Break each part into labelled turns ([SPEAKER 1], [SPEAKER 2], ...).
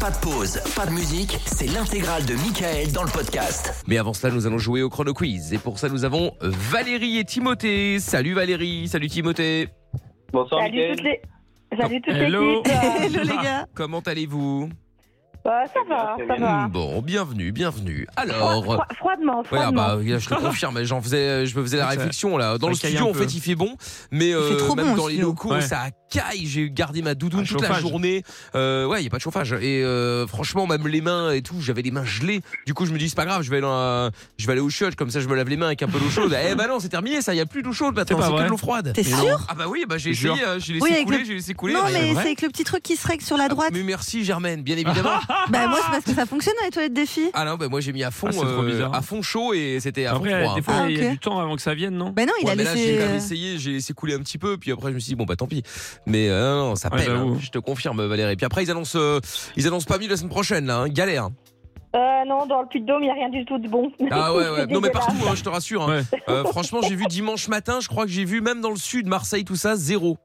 [SPEAKER 1] Pas de pause, pas de musique, c'est l'intégrale de Michael dans le podcast.
[SPEAKER 2] Mais avant cela, nous allons jouer au chrono quiz. Et pour ça, nous avons Valérie et Timothée. Salut Valérie, salut Timothée.
[SPEAKER 3] Bonsoir,
[SPEAKER 4] Salut
[SPEAKER 3] Mickaël.
[SPEAKER 4] toutes les. Salut toute
[SPEAKER 5] Hello.
[SPEAKER 4] l'équipe.
[SPEAKER 5] Hello, les gars.
[SPEAKER 2] Comment allez-vous
[SPEAKER 4] Bah, ça va,
[SPEAKER 3] Très bien,
[SPEAKER 4] ça
[SPEAKER 3] très
[SPEAKER 4] va.
[SPEAKER 2] Bon, bienvenue, bienvenue.
[SPEAKER 4] Fro-
[SPEAKER 2] Alors.
[SPEAKER 4] fro- Froidement,
[SPEAKER 2] Ouais, ah
[SPEAKER 4] froidement.
[SPEAKER 2] bah, je te confirme, j'en faisais, euh, je me faisais la
[SPEAKER 5] Ça-
[SPEAKER 2] réflexion là. Dans
[SPEAKER 5] ça
[SPEAKER 2] le
[SPEAKER 5] caille
[SPEAKER 2] studio,
[SPEAKER 5] un
[SPEAKER 2] en fait,
[SPEAKER 5] peu.
[SPEAKER 2] il fait bon, mais euh,
[SPEAKER 5] trop
[SPEAKER 2] même
[SPEAKER 5] bon au
[SPEAKER 2] dans les
[SPEAKER 5] studio.
[SPEAKER 2] locaux,
[SPEAKER 5] Ouais.
[SPEAKER 2] ça caille. J'ai gardé ma doudoune
[SPEAKER 5] Ah,
[SPEAKER 2] toute la
[SPEAKER 5] chauffage.
[SPEAKER 2] journée. Euh, ouais, il y a pas de chauffage. Et euh, franchement, même les mains et tout, j'avais les mains gelées. Du coup, je me dis c'est pas grave, je vais aller, dans la- je vais aller au chiottes comme ça, je me lave les mains avec un peu d'eau chaude. eh bah non, c'est terminé, ça. Il y a plus d'eau chaude maintenant,
[SPEAKER 5] pas
[SPEAKER 2] c'est que
[SPEAKER 5] vrai.
[SPEAKER 2] de l'eau froide.
[SPEAKER 5] T'es
[SPEAKER 2] Et non.
[SPEAKER 5] sûr
[SPEAKER 2] Ah bah oui, bah j'ai
[SPEAKER 5] Jure.
[SPEAKER 2] essayé, hein, j'ai
[SPEAKER 5] Oui,
[SPEAKER 2] laissé
[SPEAKER 5] avec
[SPEAKER 2] couler,
[SPEAKER 5] le-
[SPEAKER 2] j'ai laissé couler.
[SPEAKER 5] non,
[SPEAKER 2] rien.
[SPEAKER 5] mais
[SPEAKER 2] Ouais.
[SPEAKER 5] c'est avec le petit truc qui se règle sur la droite.
[SPEAKER 2] Ah, Mais ah. merci Germaine, bien évidemment.
[SPEAKER 5] Bah, moi, c'est parce que ça fonctionne dans les toilettes des filles.
[SPEAKER 2] Ah non, bah moi j'ai mis à fond,
[SPEAKER 6] Ah, c'est trop
[SPEAKER 2] euh,
[SPEAKER 6] bizarre.
[SPEAKER 2] à fond chaud et c'était à fond
[SPEAKER 6] Après,
[SPEAKER 2] froid. hein.
[SPEAKER 6] des fois,
[SPEAKER 5] Ah,
[SPEAKER 6] il y
[SPEAKER 5] ok.
[SPEAKER 6] a du temps avant que ça vienne, non
[SPEAKER 5] Bah, non, il
[SPEAKER 2] Ouais,
[SPEAKER 5] a
[SPEAKER 2] Oh, mais là, j'ai
[SPEAKER 5] laissé.
[SPEAKER 2] quand même
[SPEAKER 5] euh,
[SPEAKER 2] essayé, j'ai laissé couler un petit peu, puis après je me suis dit bon bah tant pis. Mais euh, non, ça
[SPEAKER 6] Ouais,
[SPEAKER 2] pèle,
[SPEAKER 6] j'avoue.
[SPEAKER 2] hein, je te confirme Valérie. Puis après ils annoncent, euh, ils annoncent pas mieux la semaine prochaine là, hein, galère.
[SPEAKER 4] Euh, non, dans le Puy-de-Dôme, il n'y a rien du tout de bon.
[SPEAKER 2] bah. Ah ouais, ouais.
[SPEAKER 4] C'est
[SPEAKER 2] non mais
[SPEAKER 4] dégueulasse.
[SPEAKER 2] partout, hein, je te rassure. hein. Euh, franchement j'ai vu dimanche matin, je crois que j'ai vu même dans le sud, Marseille tout ça zéro.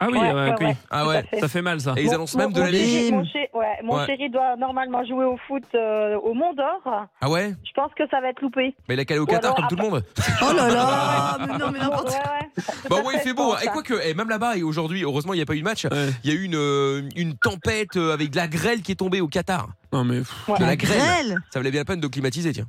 [SPEAKER 6] Ah oui,
[SPEAKER 4] Ouais,
[SPEAKER 6] euh,
[SPEAKER 4] ouais,
[SPEAKER 6] ok.
[SPEAKER 4] ouais.
[SPEAKER 2] Ah
[SPEAKER 4] Tout à
[SPEAKER 2] ouais.
[SPEAKER 4] fait.
[SPEAKER 6] ça fait mal ça.
[SPEAKER 2] Et ils
[SPEAKER 4] Mon-
[SPEAKER 2] annoncent même
[SPEAKER 4] mon-
[SPEAKER 2] de la
[SPEAKER 4] mon
[SPEAKER 2] neige.
[SPEAKER 4] chéri- Mon, chéri- ouais, mon
[SPEAKER 2] Ouais.
[SPEAKER 4] chéri doit normalement jouer au foot euh, au Mont d'Or.
[SPEAKER 2] Ah ouais
[SPEAKER 4] Je pense que ça va être loupé.
[SPEAKER 2] Mais il a calé au
[SPEAKER 4] Ou
[SPEAKER 2] Qatar
[SPEAKER 4] alors,
[SPEAKER 2] comme tout le monde.
[SPEAKER 5] Oh là
[SPEAKER 2] Ah.
[SPEAKER 5] là Mais non, mais n'importe
[SPEAKER 4] Ouais, ouais.
[SPEAKER 2] Bah ouais, il fait beau. hein.
[SPEAKER 4] Je pense,
[SPEAKER 2] Et quoi que, eh, même là-bas et aujourd'hui, heureusement il n'y a pas eu de match.
[SPEAKER 6] Ouais.
[SPEAKER 2] Il y a eu une, euh, une tempête euh, avec de la grêle qui est tombée au Qatar.
[SPEAKER 6] Non, mais pff,
[SPEAKER 4] Ouais.
[SPEAKER 2] De la
[SPEAKER 5] La
[SPEAKER 2] grêle.
[SPEAKER 5] grêle
[SPEAKER 2] Ça valait bien la peine de climatiser, tiens.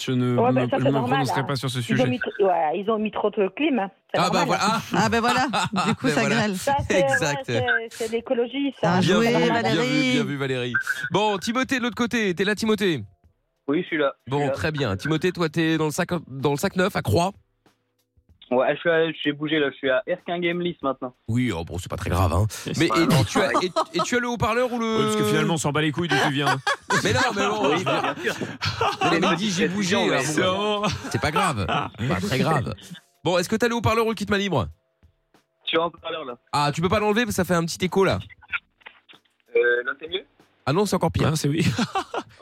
[SPEAKER 6] je ne
[SPEAKER 4] Ouais, bah,
[SPEAKER 6] me,
[SPEAKER 4] ça, c'est
[SPEAKER 6] je me
[SPEAKER 4] normal,
[SPEAKER 6] prononcerai
[SPEAKER 4] hein.
[SPEAKER 6] pas sur ce
[SPEAKER 4] Ils ont,
[SPEAKER 6] sujet.
[SPEAKER 4] mis, ouais, ils ont mis trop de clim. C'est
[SPEAKER 2] Ah bah
[SPEAKER 4] normal. hein.
[SPEAKER 2] voilà. Ah,
[SPEAKER 5] Ah, bah voilà. Du coup,
[SPEAKER 2] Ben
[SPEAKER 5] ça
[SPEAKER 2] voilà.
[SPEAKER 5] grêle.
[SPEAKER 4] Ça, c'est ouais,
[SPEAKER 2] Exact.
[SPEAKER 4] c'est- c'est l'écologie, ça.
[SPEAKER 5] Ah,
[SPEAKER 2] Bien
[SPEAKER 5] joué,
[SPEAKER 2] vu, bien
[SPEAKER 5] Valérie.
[SPEAKER 2] vu, bien vu, Valérie. Bon, Timothée de l'autre côté, t'es là Timothée
[SPEAKER 3] Oui, je suis là. Je suis
[SPEAKER 2] Bon,
[SPEAKER 3] là.
[SPEAKER 2] très bien. Timothée, toi t'es dans le sac dans le sac neuf à Croix
[SPEAKER 3] Ouais, je suis à- j'ai bougé là, je suis à Erkin Gamelys maintenant.
[SPEAKER 2] Oui, oh, bon, c'est pas très grave. Hein.
[SPEAKER 6] Yes.
[SPEAKER 2] Mais et, et tu as, et, et tu as le haut-parleur ou le
[SPEAKER 6] Ouais, parce que finalement, on s'en bat les couilles d'où tu viens.
[SPEAKER 2] Mais non, mais non, je veux dire, elle m'a dit j'ai bougé. alors bon,
[SPEAKER 6] C'est vraiment-
[SPEAKER 2] c'est pas grave, pas très grave. Bon, est-ce que t'as le haut-parleur ou le kit main libre
[SPEAKER 3] Tu en parles là.
[SPEAKER 2] Ah, tu peux pas l'enlever parce que ça fait un petit écho là.
[SPEAKER 3] Euh, là, c'est mieux
[SPEAKER 2] Ah non, c'est encore pire.
[SPEAKER 6] Ah, c'est oui.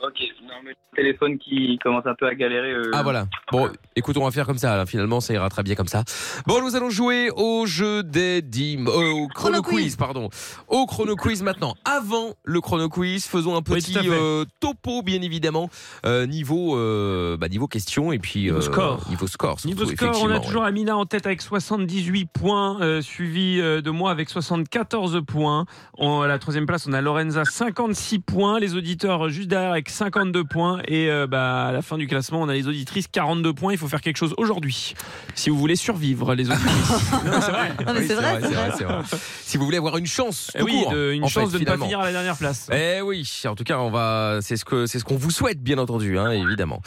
[SPEAKER 3] Ok, non, mais le téléphone qui commence un peu à galérer. euh,
[SPEAKER 2] Ah voilà. Bon, écoute, on va faire comme ça. là. Finalement, ça ira très bien comme ça. Bon, nous allons jouer au jeu des dim, euh, au chrono,
[SPEAKER 5] Chrono
[SPEAKER 2] quiz,
[SPEAKER 5] quiz.
[SPEAKER 2] pardon. Au chrono quiz maintenant. Avant le chrono quiz, faisons un
[SPEAKER 6] Oui,
[SPEAKER 2] petit
[SPEAKER 6] tout à fait.
[SPEAKER 2] euh, topo, bien évidemment, euh, niveau euh, bah, niveau question et puis
[SPEAKER 6] Niveau score.
[SPEAKER 2] Niveau score. surtout,
[SPEAKER 6] Niveau score, on
[SPEAKER 2] effectivement,
[SPEAKER 6] a
[SPEAKER 2] ouais.
[SPEAKER 6] toujours Amina en tête avec 78 points, euh, suivi euh, de moi avec 74 points. En- à la troisième place, on a Lorenza 56 points, les auditeurs euh, juste derrière avec 52 points. Et euh, bah, à la fin du classement, on a les auditrices 42 points. Il faut faire quelque chose aujourd'hui. Si vous voulez survivre, les auditrices. Non, c'est vrai.
[SPEAKER 5] Non, Ah, mais
[SPEAKER 2] Oui,
[SPEAKER 5] c'est vrai, c'est vrai.
[SPEAKER 2] c'est vrai. Si vous voulez avoir une chance,
[SPEAKER 6] Eh
[SPEAKER 2] tout
[SPEAKER 6] oui,
[SPEAKER 2] court,
[SPEAKER 6] de- une
[SPEAKER 2] en
[SPEAKER 6] chance
[SPEAKER 2] fait,
[SPEAKER 6] de ne pas
[SPEAKER 2] finalement.
[SPEAKER 6] finir à la dernière place.
[SPEAKER 2] Eh oui, en tout cas, on va, c'est ce que, c'est ce qu'on vous souhaite, bien entendu, hein, évidemment.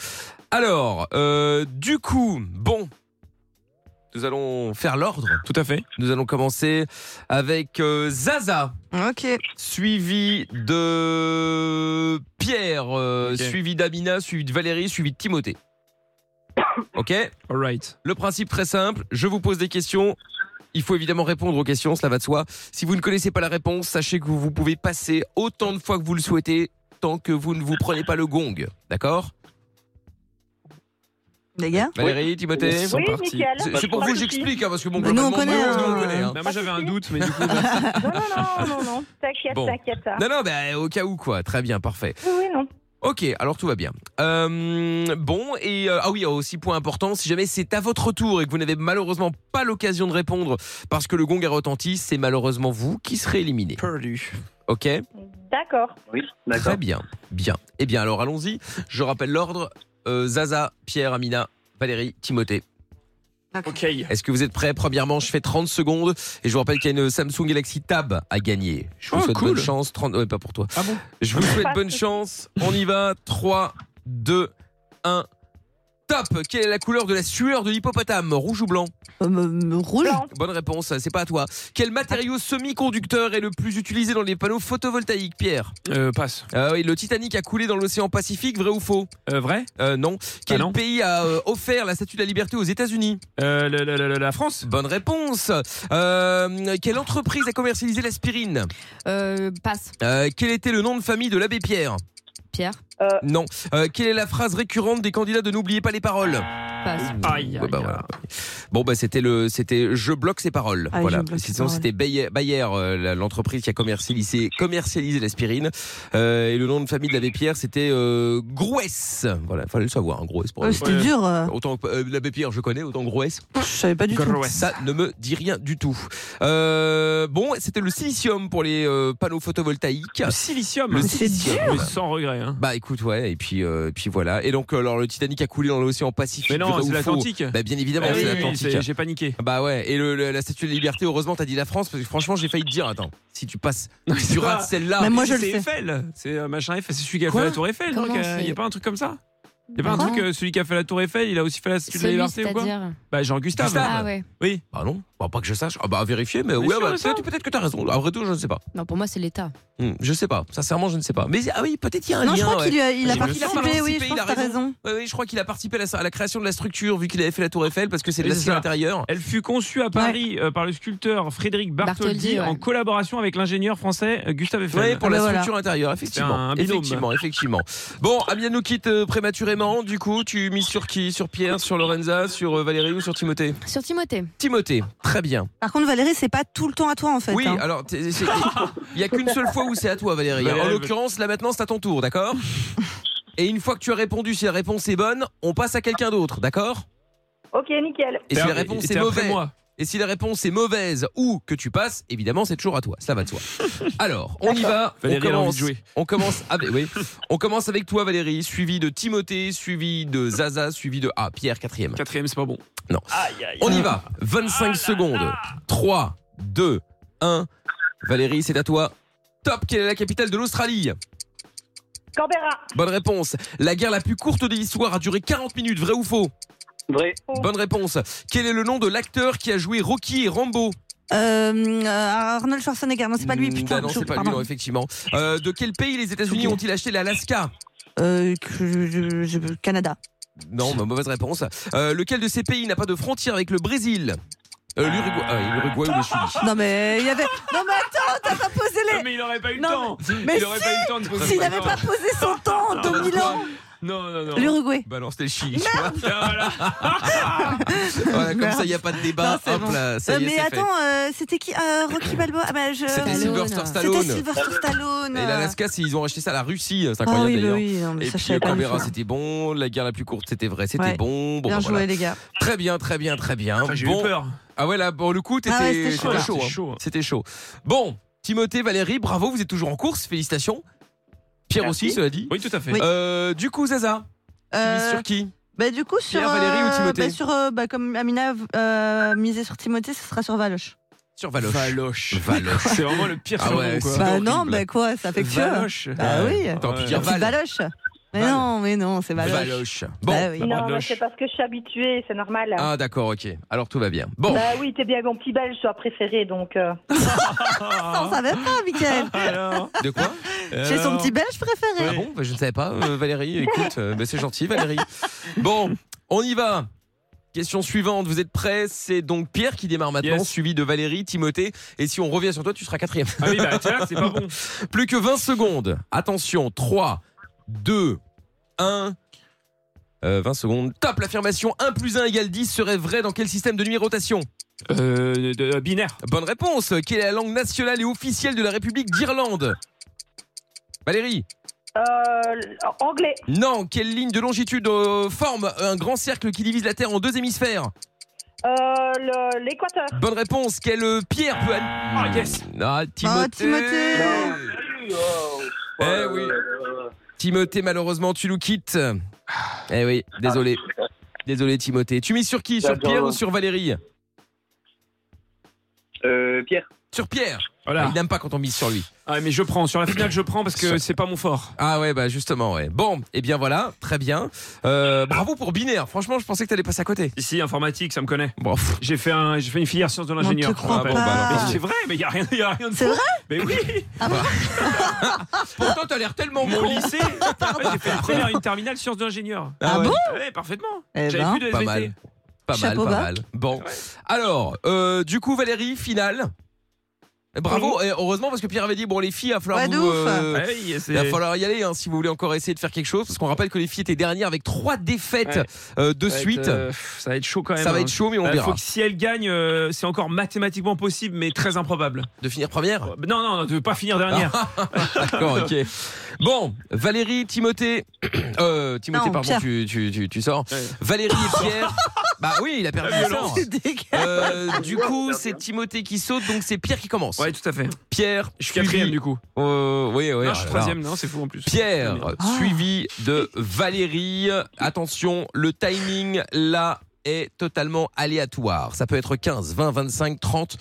[SPEAKER 2] Alors, euh, du coup, bon, nous allons faire l'ordre.
[SPEAKER 6] Tout à fait.
[SPEAKER 2] Nous allons commencer avec euh, Zaza,
[SPEAKER 5] Ok.
[SPEAKER 2] suivi de Pierre, euh,
[SPEAKER 6] Ok.
[SPEAKER 2] suivi d'Amina, suivi de Valérie, suivi de Timothée. Ok.
[SPEAKER 6] All right.
[SPEAKER 2] Le principe très simple, je vous pose des questions. Il faut évidemment répondre aux questions, cela va de soi. Si vous ne connaissez pas la réponse, sachez que vous pouvez passer autant de fois que vous le souhaitez tant que vous ne vous prenez pas le gong. D'accord
[SPEAKER 5] Les gars
[SPEAKER 2] Valérie, Timothée
[SPEAKER 6] Ils sont
[SPEAKER 4] Oui,
[SPEAKER 6] partis.
[SPEAKER 4] Mickaël.
[SPEAKER 2] C'est c'est pour vous que j'explique, hein, parce que bon,
[SPEAKER 5] Mais nous, on
[SPEAKER 2] globalement,
[SPEAKER 5] connaît,
[SPEAKER 2] moi,
[SPEAKER 5] hein.
[SPEAKER 2] nous, on connaît, hein.
[SPEAKER 6] Bah, moi j'avais un doute, mais du coup.
[SPEAKER 4] Non, non, non, non, non. T'inquiète,
[SPEAKER 2] Bon.
[SPEAKER 4] t'inquiète. ça.
[SPEAKER 2] Non, non, bah, au cas où, quoi. Très bien, parfait.
[SPEAKER 4] Oui, oui, non.
[SPEAKER 2] Ok, alors tout va bien. Euh, bon, et euh, ah oui, aussi point important, si jamais c'est à votre tour et que vous n'avez malheureusement pas l'occasion de répondre parce que le gong a retenti, c'est malheureusement vous qui serez éliminé.
[SPEAKER 6] Perdu.
[SPEAKER 2] Ok
[SPEAKER 4] D'accord.
[SPEAKER 3] Oui, d'accord.
[SPEAKER 2] Très bien, bien. Eh bien, alors allons-y. Je rappelle l'ordre Euh, Zaza, Pierre, Amina, Valérie, Timothée.
[SPEAKER 6] Ok.
[SPEAKER 2] Est-ce que vous êtes prêts Premièrement, je fais 30 secondes et je vous rappelle qu'il y a une Samsung Galaxy Tab à gagner. Je vous
[SPEAKER 6] Oh,
[SPEAKER 2] souhaite
[SPEAKER 6] cool.
[SPEAKER 2] bonne chance. 30... Ouais, pas pour toi.
[SPEAKER 6] Ah bon
[SPEAKER 2] Je vous souhaite
[SPEAKER 4] Pas
[SPEAKER 2] bonne
[SPEAKER 4] de souci.
[SPEAKER 2] chance. On y va. 3, 2, 1. Top Quelle est la couleur de la sueur de l'hippopotame Rouge ou blanc
[SPEAKER 5] Euh, me- me Rouge
[SPEAKER 4] Blanc.
[SPEAKER 2] Bonne réponse, c'est pas à toi. Quel matériau semi-conducteur est le plus utilisé dans les panneaux photovoltaïques, Pierre
[SPEAKER 6] Euh, Passe.
[SPEAKER 2] Ah oui, Le Titanic a coulé dans l'océan Pacifique, vrai ou faux
[SPEAKER 6] Euh, vrai
[SPEAKER 2] Euh, non. Quel
[SPEAKER 6] non.
[SPEAKER 2] pays a euh, offert la Statue de la Liberté aux États-Unis
[SPEAKER 6] Euh, le- le- le- la France
[SPEAKER 2] Bonne réponse. Euh, quelle entreprise a commercialisé l'aspirine
[SPEAKER 7] Euh, passe,
[SPEAKER 2] Euh, Quel était le nom de famille de l'abbé Pierre
[SPEAKER 7] Pierre.
[SPEAKER 2] Non. Euh, quelle est la phrase récurrente des candidats de N'oubliez pas les paroles
[SPEAKER 5] passe.
[SPEAKER 6] Aïe.
[SPEAKER 2] Ouais, bah, voilà. Bon bah c'était le c'était je bloque ces paroles.
[SPEAKER 5] Ah,
[SPEAKER 2] voilà.
[SPEAKER 5] Je bloque ses
[SPEAKER 2] Sinon
[SPEAKER 5] paroles.
[SPEAKER 2] c'était Bayer, Bayer, euh, la- l'entreprise qui a commercialisé commercialisé l'aspirine Euh, et le nom de famille de l'abbé Pierre c'était euh, Grouès. Voilà, fallait le savoir, hein, Grouès pour
[SPEAKER 5] Euh,
[SPEAKER 2] l'abbé
[SPEAKER 5] C'était
[SPEAKER 6] Ouais.
[SPEAKER 5] dur. euh,
[SPEAKER 2] Pierre. Autant que- euh, l'abbé Pierre, je connais, autant Grouès,
[SPEAKER 5] Je savais pas du tout.
[SPEAKER 6] Gros.
[SPEAKER 2] ça ne me dit rien du tout. Euh, bon, c'était le silicium pour les euh, panneaux photovoltaïques.
[SPEAKER 6] Le silicium.
[SPEAKER 2] Le
[SPEAKER 5] c'est
[SPEAKER 2] silicium.
[SPEAKER 6] Mais Sans regret. hein.
[SPEAKER 2] Bah écoute, ouais, et puis, euh, et puis voilà. Et donc, alors le Titanic a coulé dans l'océan Pacifique.
[SPEAKER 6] Mais non,
[SPEAKER 2] vrai ou
[SPEAKER 6] c'est
[SPEAKER 2] faux
[SPEAKER 6] l'Atlantique.
[SPEAKER 2] Bah bien évidemment,
[SPEAKER 6] Ah oui,
[SPEAKER 2] c'est
[SPEAKER 6] oui,
[SPEAKER 2] l'Atlantique.
[SPEAKER 6] c'est- J'ai paniqué.
[SPEAKER 2] Bah ouais, et le- le- la statue de la liberté, heureusement, t'as dit la France, parce que franchement, j'ai failli te dire, attends, si tu passes, si tu
[SPEAKER 6] c'est
[SPEAKER 2] rates
[SPEAKER 6] pas-
[SPEAKER 2] celle-là,
[SPEAKER 5] Même moi, je le
[SPEAKER 6] c'est
[SPEAKER 5] fais.
[SPEAKER 6] Eiffel. C'est euh, machin Eiffel. C'est celui qui a
[SPEAKER 2] Quoi
[SPEAKER 6] fait la Tour Eiffel.
[SPEAKER 7] Comment
[SPEAKER 6] Il n'y a
[SPEAKER 7] c'est
[SPEAKER 6] pas un truc comme ça Il n'y a pas un
[SPEAKER 7] Quoi
[SPEAKER 6] truc, euh, celui qui a fait la Tour Eiffel, il a aussi fait la Statue de la
[SPEAKER 7] Celui,
[SPEAKER 6] Liberté ou quoi
[SPEAKER 7] c'est-à-dire.
[SPEAKER 6] Bah Jean-Gustave.
[SPEAKER 2] Gustave.
[SPEAKER 7] Ah ouais.
[SPEAKER 2] bah non, bah pas que je sache, ah bah à vérifier, mais,
[SPEAKER 6] Mais
[SPEAKER 2] ouais,
[SPEAKER 6] sûr
[SPEAKER 2] bah,
[SPEAKER 6] de ça
[SPEAKER 2] peut-être peut-être que t'as raison, après tout, je ne sais pas.
[SPEAKER 7] Non, pour moi, c'est l'État.
[SPEAKER 2] Hmm, je sais pas, sincèrement, je ne sais pas. Mais ah oui, peut-être il y a un
[SPEAKER 5] Non, je
[SPEAKER 2] lien.
[SPEAKER 5] crois
[SPEAKER 2] ouais.
[SPEAKER 5] qu'il a, il a
[SPEAKER 2] Il a
[SPEAKER 5] participé,
[SPEAKER 2] participé,
[SPEAKER 5] oui, je
[SPEAKER 2] il
[SPEAKER 5] pense
[SPEAKER 2] a
[SPEAKER 5] que t'as raison.
[SPEAKER 2] Ouais, oui, je crois qu'il a participé à la, à la création de la structure, vu qu'il avait fait la Tour Eiffel, parce que c'est de
[SPEAKER 6] Oui,
[SPEAKER 2] la
[SPEAKER 6] c'est
[SPEAKER 2] cité
[SPEAKER 6] ça.
[SPEAKER 2] intérieure.
[SPEAKER 6] Elle fut conçue à Paris euh, par le sculpteur Frédéric Bartholdi,
[SPEAKER 7] Bartholdi, ouais.
[SPEAKER 6] en collaboration avec l'ingénieur français euh, Gustave Eiffel.
[SPEAKER 2] Ouais, pour
[SPEAKER 5] Ah
[SPEAKER 2] la
[SPEAKER 5] bah voilà.
[SPEAKER 2] structure intérieure, effectivement.
[SPEAKER 6] un binôme.
[SPEAKER 2] effectivement, effectivement. Bon, Amiens nous quitte euh, prématurément. Du coup, tu mises sur qui Sur Pierre, sur Lorenza, sur euh, Valérie ou sur Timothée
[SPEAKER 7] Sur Timothée.
[SPEAKER 2] Timothée, très bien.
[SPEAKER 5] Par contre, Valérie, c'est pas tout le temps à toi en fait.
[SPEAKER 2] Oui, euh.
[SPEAKER 5] hein.
[SPEAKER 2] alors t'es- c'est- il y a qu'une seule fois où c'est à toi, Valérie. en
[SPEAKER 6] Valérie,
[SPEAKER 2] l'occurrence, là maintenant, c'est à ton tour, d'accord Et une fois que tu as répondu, si la réponse est bonne, on passe à quelqu'un d'autre, d'accord
[SPEAKER 4] Ok, nickel.
[SPEAKER 2] Et si la réponse
[SPEAKER 6] Et
[SPEAKER 2] est
[SPEAKER 6] t'es après
[SPEAKER 2] mauvaise,
[SPEAKER 6] moi.
[SPEAKER 2] et si la réponse est mauvaise ou que tu passes, évidemment, c'est toujours à toi. Ça va de soi. Alors, on y va. On
[SPEAKER 6] Valérie, elle a envie
[SPEAKER 2] commence.
[SPEAKER 6] de jouer.
[SPEAKER 2] On commence avec, oui, on commence avec toi, Valérie, suivi de Timothée, suivi de Zaza, suivi de ah Pierre quatrième.
[SPEAKER 6] Quatrième, c'est pas bon.
[SPEAKER 2] On y va.
[SPEAKER 6] Ah
[SPEAKER 2] 25 secondes. 3, 2, 1. Valérie, c'est à toi. Top, quelle est la capitale de l'Australie
[SPEAKER 4] Canberra.
[SPEAKER 2] Bonne réponse. La guerre la plus courte de l'histoire a duré 40 minutes, vrai ou faux
[SPEAKER 3] Vrai.
[SPEAKER 4] Oh.
[SPEAKER 2] Bonne réponse. Quel est le nom de l'acteur qui a joué Rocky et Rambo
[SPEAKER 5] Euh, euh, Arnold Schwarzenegger, non, c'est pas lui,
[SPEAKER 2] Hmm,
[SPEAKER 5] putain.
[SPEAKER 2] bah non,
[SPEAKER 5] je- hein.
[SPEAKER 2] c'est pas lui,
[SPEAKER 5] pardon.
[SPEAKER 2] non, effectivement. Euh, de quel pays les États-Unis
[SPEAKER 5] Ok.
[SPEAKER 2] ont-ils acheté l'Alaska
[SPEAKER 5] Euh, que- je- je- Canada.
[SPEAKER 2] Non, bah, mauvaise réponse. Euh, lequel de ces pays n'a pas de frontière avec le Brésil Euh, L'Uruguay euh, l'Uruguay ou le Chili
[SPEAKER 5] Non, mais il y avait. Non, mais attends, t'as pas posé
[SPEAKER 6] Non,
[SPEAKER 5] les.
[SPEAKER 6] mais il aurait pas eu le
[SPEAKER 5] Non,
[SPEAKER 6] temps.
[SPEAKER 5] mais
[SPEAKER 6] il aurait pas eu le temps de se
[SPEAKER 5] S'il
[SPEAKER 6] poser
[SPEAKER 5] n'avait pas posé son temps en 2000 ans,
[SPEAKER 6] Non, non, non.
[SPEAKER 5] l'Uruguay.
[SPEAKER 2] Bah non, c'était le Chili.
[SPEAKER 6] Ah, voilà.
[SPEAKER 2] Voilà, comme
[SPEAKER 5] Merde.
[SPEAKER 2] ça, il n'y a pas de débat.
[SPEAKER 5] Non, c'est
[SPEAKER 2] Hop
[SPEAKER 5] bon.
[SPEAKER 2] là, ça
[SPEAKER 5] Euh,
[SPEAKER 2] y est,
[SPEAKER 5] mais
[SPEAKER 2] c'est fait.
[SPEAKER 5] attends, euh, c'était qui Euh, Rocky Balboa Ah, bah, je...
[SPEAKER 2] C'était
[SPEAKER 7] Stallone.
[SPEAKER 2] Sylvester
[SPEAKER 5] C'était
[SPEAKER 2] Stallone.
[SPEAKER 5] Sylvester Stallone.
[SPEAKER 2] Et l'Alaska, c'est- ils ont acheté ça à la Russie. C'est
[SPEAKER 5] Ah
[SPEAKER 2] incroyable
[SPEAKER 5] oui, bah
[SPEAKER 2] d'ailleurs.
[SPEAKER 5] oui, non, mais
[SPEAKER 2] Et
[SPEAKER 5] ça, je
[SPEAKER 2] puis euh,
[SPEAKER 5] savais pas.
[SPEAKER 2] Canberra,
[SPEAKER 5] du tout.
[SPEAKER 2] c'était bon. La guerre la plus courte, c'était vrai, c'était
[SPEAKER 5] Ouais.
[SPEAKER 2] bon. Bon,
[SPEAKER 5] Bien
[SPEAKER 2] bah,
[SPEAKER 5] joué,
[SPEAKER 2] voilà.
[SPEAKER 5] les gars.
[SPEAKER 2] Très bien, très bien, très bien.
[SPEAKER 6] Enfin, J'ai eu
[SPEAKER 2] Bon.
[SPEAKER 6] peur.
[SPEAKER 2] Ah ouais, là, pour le coup, t'étais
[SPEAKER 5] Ah ouais, c'était chaud,
[SPEAKER 2] t'étais
[SPEAKER 5] là.
[SPEAKER 2] chaud.
[SPEAKER 6] C'était
[SPEAKER 2] hein.
[SPEAKER 6] chaud.
[SPEAKER 2] C'était chaud. Bon, Timothée, Valérie, bravo, vous êtes toujours en course, félicitations. Pierre
[SPEAKER 4] Merci.
[SPEAKER 2] aussi, cela dit.
[SPEAKER 6] Oui, tout à fait.
[SPEAKER 5] Oui.
[SPEAKER 2] Euh, du coup, Zaza, tu mises
[SPEAKER 5] Euh,
[SPEAKER 2] sur qui
[SPEAKER 5] bah, du coup, sur.
[SPEAKER 2] Pierre, Valérie ou
[SPEAKER 5] euh,
[SPEAKER 2] Timothée
[SPEAKER 5] bah, sur, euh, bah, Comme Amina euh, misait sur Timothée, ce sera sur Valoche.
[SPEAKER 2] Sur Valoche.
[SPEAKER 6] Valoche.
[SPEAKER 2] Valoche.
[SPEAKER 6] C'est vraiment le pire
[SPEAKER 2] Ah
[SPEAKER 6] surnom,
[SPEAKER 2] ouais,
[SPEAKER 6] quoi.
[SPEAKER 2] c'est-
[SPEAKER 5] Bah,
[SPEAKER 2] horrible.
[SPEAKER 5] non, bah quoi, ça fait que.
[SPEAKER 6] Valoche.
[SPEAKER 5] Bah oui.
[SPEAKER 2] T'aurais pu
[SPEAKER 6] Ouais.
[SPEAKER 2] dire
[SPEAKER 5] C'est
[SPEAKER 2] Val.
[SPEAKER 5] Valoche. Mais
[SPEAKER 2] Val.
[SPEAKER 5] non, mais non, c'est Valoche.
[SPEAKER 2] Valoche. Bon.
[SPEAKER 5] Bah oui.
[SPEAKER 4] Non,
[SPEAKER 6] Pardon.
[SPEAKER 4] mais c'est parce que je suis habituée, c'est normal.
[SPEAKER 2] Ah d'accord, ok. Alors tout va bien. Bon.
[SPEAKER 4] Bah oui, t'es bien mon petit belge, toi préféré, donc. euh,
[SPEAKER 5] Ça,
[SPEAKER 6] Hein.
[SPEAKER 5] on savait pas, Michael.
[SPEAKER 6] Ah. Alors,
[SPEAKER 5] Bah.
[SPEAKER 2] De quoi
[SPEAKER 5] J'ai son petit belge préféré.
[SPEAKER 2] Ah bon Bah, Je ne savais pas, euh, Valérie. Écoute, euh, bah, c'est gentil, Valérie. Bon, on y va. Question suivante, vous êtes prêts C'est donc Pierre qui démarre maintenant,
[SPEAKER 6] Yes.
[SPEAKER 2] suivi de Valérie, Timothée. Et si on revient sur toi, tu seras quatrième.
[SPEAKER 6] Ah oui, bah, t'es là, c'est pas bon.
[SPEAKER 2] Plus que 20 secondes. Attention, 3, 2, 1. Euh, 20 secondes. Top, l'affirmation 1 plus 1 égale 10 serait vrai dans quel système de numérotation
[SPEAKER 6] Euh, de- de- binaire.
[SPEAKER 2] Bonne réponse. Quelle est la langue nationale et officielle de la République d'Irlande Valérie
[SPEAKER 4] euh, anglais,
[SPEAKER 2] Non, quelle ligne de longitude euh, forme un grand cercle qui divise la Terre en deux hémisphères
[SPEAKER 4] euh, le- l'équateur.
[SPEAKER 2] Bonne réponse, quelle euh, pierre peut... Ah,
[SPEAKER 6] yes.
[SPEAKER 2] Ah, Timothée
[SPEAKER 5] Ah, Timothée.
[SPEAKER 3] oh,
[SPEAKER 2] Eh oui. Timothée, malheureusement, tu nous quittes. Eh oui, désolé. Désolé, Timothée. Tu mises sur qui Sur
[SPEAKER 3] D'accord.
[SPEAKER 2] Pierre ou sur Valérie
[SPEAKER 3] Euh, Pierre.
[SPEAKER 2] Sur Pierre Ah,
[SPEAKER 6] Voilà.
[SPEAKER 2] Il n'aime pas quand on mise sur lui.
[SPEAKER 6] Ah, mais je prends. Sur la finale, je prends parce que c'est pas mon fort.
[SPEAKER 2] Ah ouais, bah justement, ouais. Bon, eh bien voilà, très bien. Euh, bravo pour Binaire. Franchement, je pensais que t'allais passer à côté.
[SPEAKER 6] Ici, informatique, ça me connaît.
[SPEAKER 2] Bon, pff,
[SPEAKER 6] J'ai fait, un, j'ai fait une filière sciences de
[SPEAKER 5] te
[SPEAKER 6] l'ingénieur. Ah
[SPEAKER 5] crois
[SPEAKER 6] je me rappelle.
[SPEAKER 2] pas.
[SPEAKER 6] Mais bah, c'est vrai, mais il n'y a rien, y a rien de
[SPEAKER 5] C'est
[SPEAKER 6] faux.
[SPEAKER 5] vrai
[SPEAKER 6] Mais oui
[SPEAKER 2] pourtant, t'as l'air tellement
[SPEAKER 6] Mon
[SPEAKER 2] bon.
[SPEAKER 6] lycée ouais, J'ai fait une première et une terminale sciences de l'ingénieur.
[SPEAKER 5] Ah bon
[SPEAKER 6] Ouais, parfaitement.
[SPEAKER 5] Eh
[SPEAKER 6] J'avais
[SPEAKER 5] ben.
[SPEAKER 6] plus de
[SPEAKER 2] Pas
[SPEAKER 6] SVT.
[SPEAKER 2] mal. Pas mal,
[SPEAKER 5] Chapeau
[SPEAKER 2] pas
[SPEAKER 5] bas.
[SPEAKER 2] mal. Bon. Alors, euh, du coup, Valérie, finale. Bravo, et heureusement parce que Pierre avait dit bon les filles, euh, il va falloir
[SPEAKER 5] Ouais, de
[SPEAKER 2] vous,
[SPEAKER 5] ouf.
[SPEAKER 6] Ouais, oui, c'est-
[SPEAKER 2] Il va falloir y aller hein, si vous voulez encore essayer de faire quelque chose parce qu'on rappelle que les filles étaient dernières avec trois défaites
[SPEAKER 6] Ouais.
[SPEAKER 2] euh, de
[SPEAKER 6] ça va être,
[SPEAKER 2] suite.
[SPEAKER 6] euh, pff, ça va être chaud quand même.
[SPEAKER 2] ça va
[SPEAKER 6] hein.
[SPEAKER 2] être chaud mais on
[SPEAKER 6] Euh,
[SPEAKER 2] verra.
[SPEAKER 6] faut que si elle gagne, euh, c'est encore mathématiquement possible, mais très improbable.
[SPEAKER 2] De finir première.
[SPEAKER 6] Euh, Non, non, non, tu veux pas finir dernière.
[SPEAKER 2] Ah. D'accord, ok. Bon, Valérie, Timothée, euh, Timothée,
[SPEAKER 5] Non,
[SPEAKER 2] pardon,
[SPEAKER 5] Pierre.
[SPEAKER 2] tu, tu, tu, tu sors.
[SPEAKER 6] Ouais.
[SPEAKER 2] Valérie et Pierre. bah oui, il a perdu.
[SPEAKER 6] La
[SPEAKER 2] il
[SPEAKER 6] violence.
[SPEAKER 2] sort.
[SPEAKER 5] C'est dégueu.
[SPEAKER 2] Euh, du coup, c'est Timothée qui saute, donc c'est Pierre qui commence.
[SPEAKER 6] Ouais, tout à fait.
[SPEAKER 2] Pierre,
[SPEAKER 6] Je suis
[SPEAKER 2] suivi-
[SPEAKER 6] quatrième du coup.
[SPEAKER 2] Euh, oui, oui.
[SPEAKER 6] non, je suis
[SPEAKER 2] alors.
[SPEAKER 6] troisième, non, c'est fou en plus.
[SPEAKER 2] Pierre,
[SPEAKER 6] Ah.
[SPEAKER 2] suivi de Valérie. Attention, le timing là est totalement aléatoire. Ça peut être 15, 20, 25, 30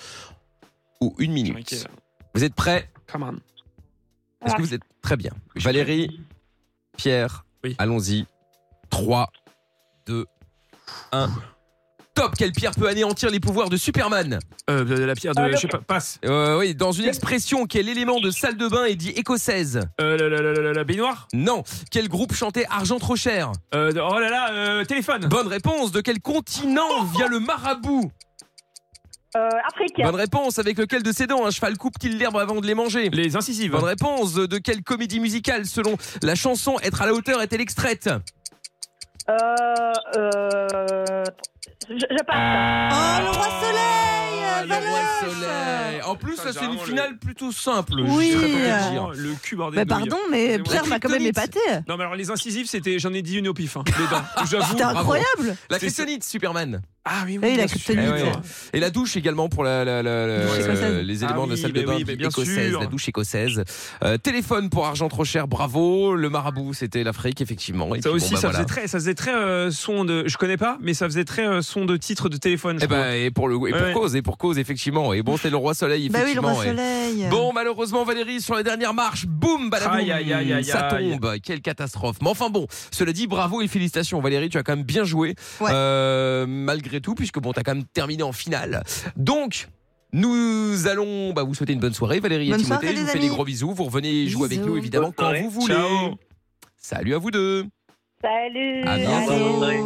[SPEAKER 2] ou une
[SPEAKER 6] Ok,
[SPEAKER 2] minute. Vous êtes prêts
[SPEAKER 6] Come on.
[SPEAKER 2] Est-ce que vous êtes très bien Valérie, Pierre,
[SPEAKER 6] Oui.
[SPEAKER 2] allons-y. 3, 2, 1. Top Quelle pierre peut anéantir les pouvoirs de Superman
[SPEAKER 6] Euh, de la pierre de.
[SPEAKER 4] Ah,
[SPEAKER 6] je sais pas, passe.
[SPEAKER 2] Euh, Oui, dans une expression, quel élément de salle de bain est dit écossaise
[SPEAKER 6] Euh, la, la, la, la- la baignoire
[SPEAKER 2] Non. Quel groupe chantait Argent trop cher
[SPEAKER 6] Euh, de- Oh là là, euh, téléphone
[SPEAKER 2] Bonne réponse. De quel continent vient le marabout
[SPEAKER 4] Euh, africain.
[SPEAKER 2] Bonne réponse. Avec lequel de ses dents un cheval coupe-t-il l'herbe avant de les manger
[SPEAKER 6] Les incisives.
[SPEAKER 2] Bonne réponse. De quelle comédie musicale, selon la chanson Être à la hauteur est-elle extraite
[SPEAKER 4] Euh, euh, je, je
[SPEAKER 3] Ah.
[SPEAKER 2] Euh,
[SPEAKER 4] passe.
[SPEAKER 5] Oh, le roi soleil
[SPEAKER 2] Ah,
[SPEAKER 5] euh,
[SPEAKER 2] le roi
[SPEAKER 5] Valoche
[SPEAKER 2] soleil. En plus,
[SPEAKER 6] Putain,
[SPEAKER 2] ça, c'est une
[SPEAKER 6] généralement,
[SPEAKER 2] finale plutôt simple.
[SPEAKER 5] Oui.
[SPEAKER 2] je sais pas comment dire.
[SPEAKER 6] Vraiment, Le cul bordé
[SPEAKER 5] Mais
[SPEAKER 6] de
[SPEAKER 5] pardon,
[SPEAKER 6] nouilles.
[SPEAKER 5] mais
[SPEAKER 6] C'est
[SPEAKER 5] Pierre
[SPEAKER 2] vrai.
[SPEAKER 5] m'a quand même
[SPEAKER 2] Kryptonite.
[SPEAKER 5] épaté.
[SPEAKER 6] Non, mais alors les incisives, c'était. J'en ai dit une au pif, hein, les dents. J'avoue.
[SPEAKER 5] C'était incroyable.
[SPEAKER 2] La
[SPEAKER 6] C'est-
[SPEAKER 2] kryptonite, Superman.
[SPEAKER 6] Ah oui, oui.
[SPEAKER 5] Et il
[SPEAKER 6] bien
[SPEAKER 5] a
[SPEAKER 6] sûr.
[SPEAKER 5] kryptonite.
[SPEAKER 6] Eh ouais.
[SPEAKER 2] Et la douche également pour la, la- la- la- euh,
[SPEAKER 6] Douche
[SPEAKER 5] écossaise.
[SPEAKER 2] les éléments
[SPEAKER 6] Ah
[SPEAKER 2] de la
[SPEAKER 6] oui,
[SPEAKER 2] salle de
[SPEAKER 6] mais
[SPEAKER 2] bain
[SPEAKER 6] oui, mais bien
[SPEAKER 2] écossaise,
[SPEAKER 6] sûr.
[SPEAKER 2] la douche écossaise. Euh, téléphone pour argent trop cher, bravo. Le marabout, c'était l'Afrique, effectivement. Et puis,
[SPEAKER 6] Ça
[SPEAKER 2] bon,
[SPEAKER 6] aussi,
[SPEAKER 2] bah,
[SPEAKER 6] ça,
[SPEAKER 2] voilà.
[SPEAKER 6] faisait très, ça faisait très euh, son de. Je connais pas, mais ça faisait très euh, son de titre de téléphone. je
[SPEAKER 2] Eh ben, et pour le et pour
[SPEAKER 6] Ouais.
[SPEAKER 2] cause et pour cause effectivement et bon c'est le roi soleil
[SPEAKER 5] Bah oui, le
[SPEAKER 2] effectivement
[SPEAKER 5] roi
[SPEAKER 2] et-
[SPEAKER 5] soleil.
[SPEAKER 2] Bon malheureusement Valérie sur la dernière marche boum balaboum
[SPEAKER 6] Aïe, aïe, aïe, aïe,
[SPEAKER 2] ça
[SPEAKER 6] aïe.
[SPEAKER 2] tombe quelle catastrophe mais enfin bon cela dit bravo et félicitations Valérie tu as quand même bien joué
[SPEAKER 5] Ouais.
[SPEAKER 2] Euh, malgré tout puisque bon t'as quand même terminé en finale donc nous allons bah, vous souhaiter une bonne soirée Valérie et
[SPEAKER 5] Bonne
[SPEAKER 2] Timothée
[SPEAKER 5] soirée,
[SPEAKER 2] je
[SPEAKER 5] les
[SPEAKER 2] vous fais
[SPEAKER 5] amis.
[SPEAKER 2] des gros bisous vous revenez jouer avec
[SPEAKER 5] Bisous.
[SPEAKER 2] nous évidemment quand vous
[SPEAKER 6] crois.
[SPEAKER 2] voulez
[SPEAKER 6] Ciao.
[SPEAKER 2] salut à vous deux
[SPEAKER 4] Salut.
[SPEAKER 2] À bientôt.
[SPEAKER 5] Allez.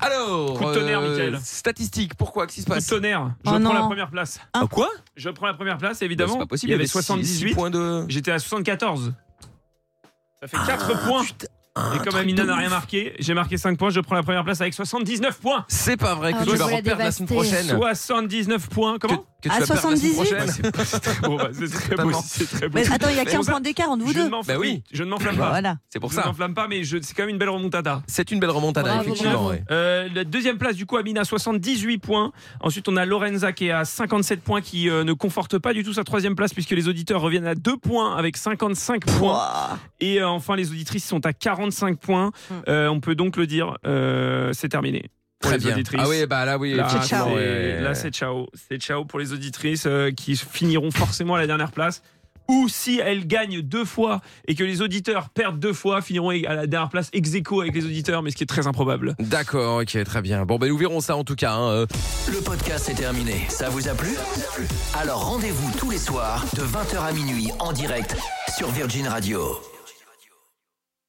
[SPEAKER 2] alors euh,
[SPEAKER 6] Coup de tonnerre, Mickaël.
[SPEAKER 2] statistique pourquoi qu'est-ce qui se
[SPEAKER 6] Coup de
[SPEAKER 2] passe
[SPEAKER 6] tonnerre. Je
[SPEAKER 5] Oh
[SPEAKER 6] prends
[SPEAKER 5] non.
[SPEAKER 6] la première place.
[SPEAKER 2] Ah, quoi
[SPEAKER 6] Je prends la première place,
[SPEAKER 2] Bah,
[SPEAKER 6] évidemment.
[SPEAKER 2] c'est pas possible
[SPEAKER 6] Il y avait
[SPEAKER 2] six- six
[SPEAKER 6] 78.
[SPEAKER 2] points de
[SPEAKER 6] J'étais à 74. Ça fait 4 points. Et
[SPEAKER 2] Ah,
[SPEAKER 6] comme
[SPEAKER 2] truc
[SPEAKER 6] Amina
[SPEAKER 2] de
[SPEAKER 6] n'a rien
[SPEAKER 2] ouf.
[SPEAKER 6] marqué, j'ai marqué 5 points. Je prends la première place avec 79 points.
[SPEAKER 2] C'est pas vrai que
[SPEAKER 7] Ah,
[SPEAKER 2] tu
[SPEAKER 7] je
[SPEAKER 2] vas
[SPEAKER 7] vois la
[SPEAKER 2] reperdre la semaine
[SPEAKER 7] dévastée.
[SPEAKER 2] prochaine.
[SPEAKER 6] 79 points. Comment
[SPEAKER 2] que, que
[SPEAKER 5] À
[SPEAKER 2] tu vas perdre la semaine prochaine.
[SPEAKER 5] 78.
[SPEAKER 6] Ouais, c'est très beau. bah, c'est très beau.
[SPEAKER 2] Totalement.
[SPEAKER 6] C'est très beau.
[SPEAKER 5] Mais attends, il y a
[SPEAKER 2] Mais
[SPEAKER 5] qu'un
[SPEAKER 6] on va-
[SPEAKER 5] point d'écart entre vous
[SPEAKER 6] Je ne
[SPEAKER 5] deux.
[SPEAKER 6] m'enflamme-
[SPEAKER 2] Bah oui.
[SPEAKER 6] Je ne m'enflamme
[SPEAKER 5] Bah
[SPEAKER 6] pas.
[SPEAKER 5] voilà.
[SPEAKER 2] C'est pour
[SPEAKER 6] Je ne
[SPEAKER 2] ça.
[SPEAKER 6] m'enflamme pas, mais je- c'est quand même une belle remontada.
[SPEAKER 2] C'est une belle remontada,
[SPEAKER 7] Bravo,
[SPEAKER 2] effectivement.
[SPEAKER 7] bravo.
[SPEAKER 2] ouais.
[SPEAKER 6] Euh, la deuxième place, du coup, Amina, 78 points. Ensuite, on a Lorenza qui est à 57 points, qui euh, ne conforte pas du tout sa troisième place, puisque les auditeurs reviennent à 2 points avec 55 points.
[SPEAKER 5] Ouah.
[SPEAKER 6] Et euh, enfin, les auditrices sont à 45 points.
[SPEAKER 5] Mm.
[SPEAKER 6] Euh, on peut donc le dire, euh, c'est terminé. Pour
[SPEAKER 2] Très
[SPEAKER 6] les
[SPEAKER 2] bien.
[SPEAKER 6] auditrices.
[SPEAKER 2] Ah oui, bah là, oui.
[SPEAKER 6] Là,
[SPEAKER 5] ciao.
[SPEAKER 2] effectivement,
[SPEAKER 6] c'est-
[SPEAKER 2] ouais.
[SPEAKER 6] là, c'est ciao. C'est ciao pour les auditrices euh, qui finiront forcément à la dernière place. Ou si elles gagnent deux fois et que les auditeurs perdent deux fois, finiront à la dernière place ex aequo avec les auditeurs, mais ce qui est très improbable.
[SPEAKER 2] D'accord, ok, très bien. Bon, ben nous verrons ça en tout cas. hein. Euh,
[SPEAKER 1] Le podcast est terminé. Ça vous a plu Alors rendez-vous tous les soirs de 20h à minuit en direct sur Virgin Radio.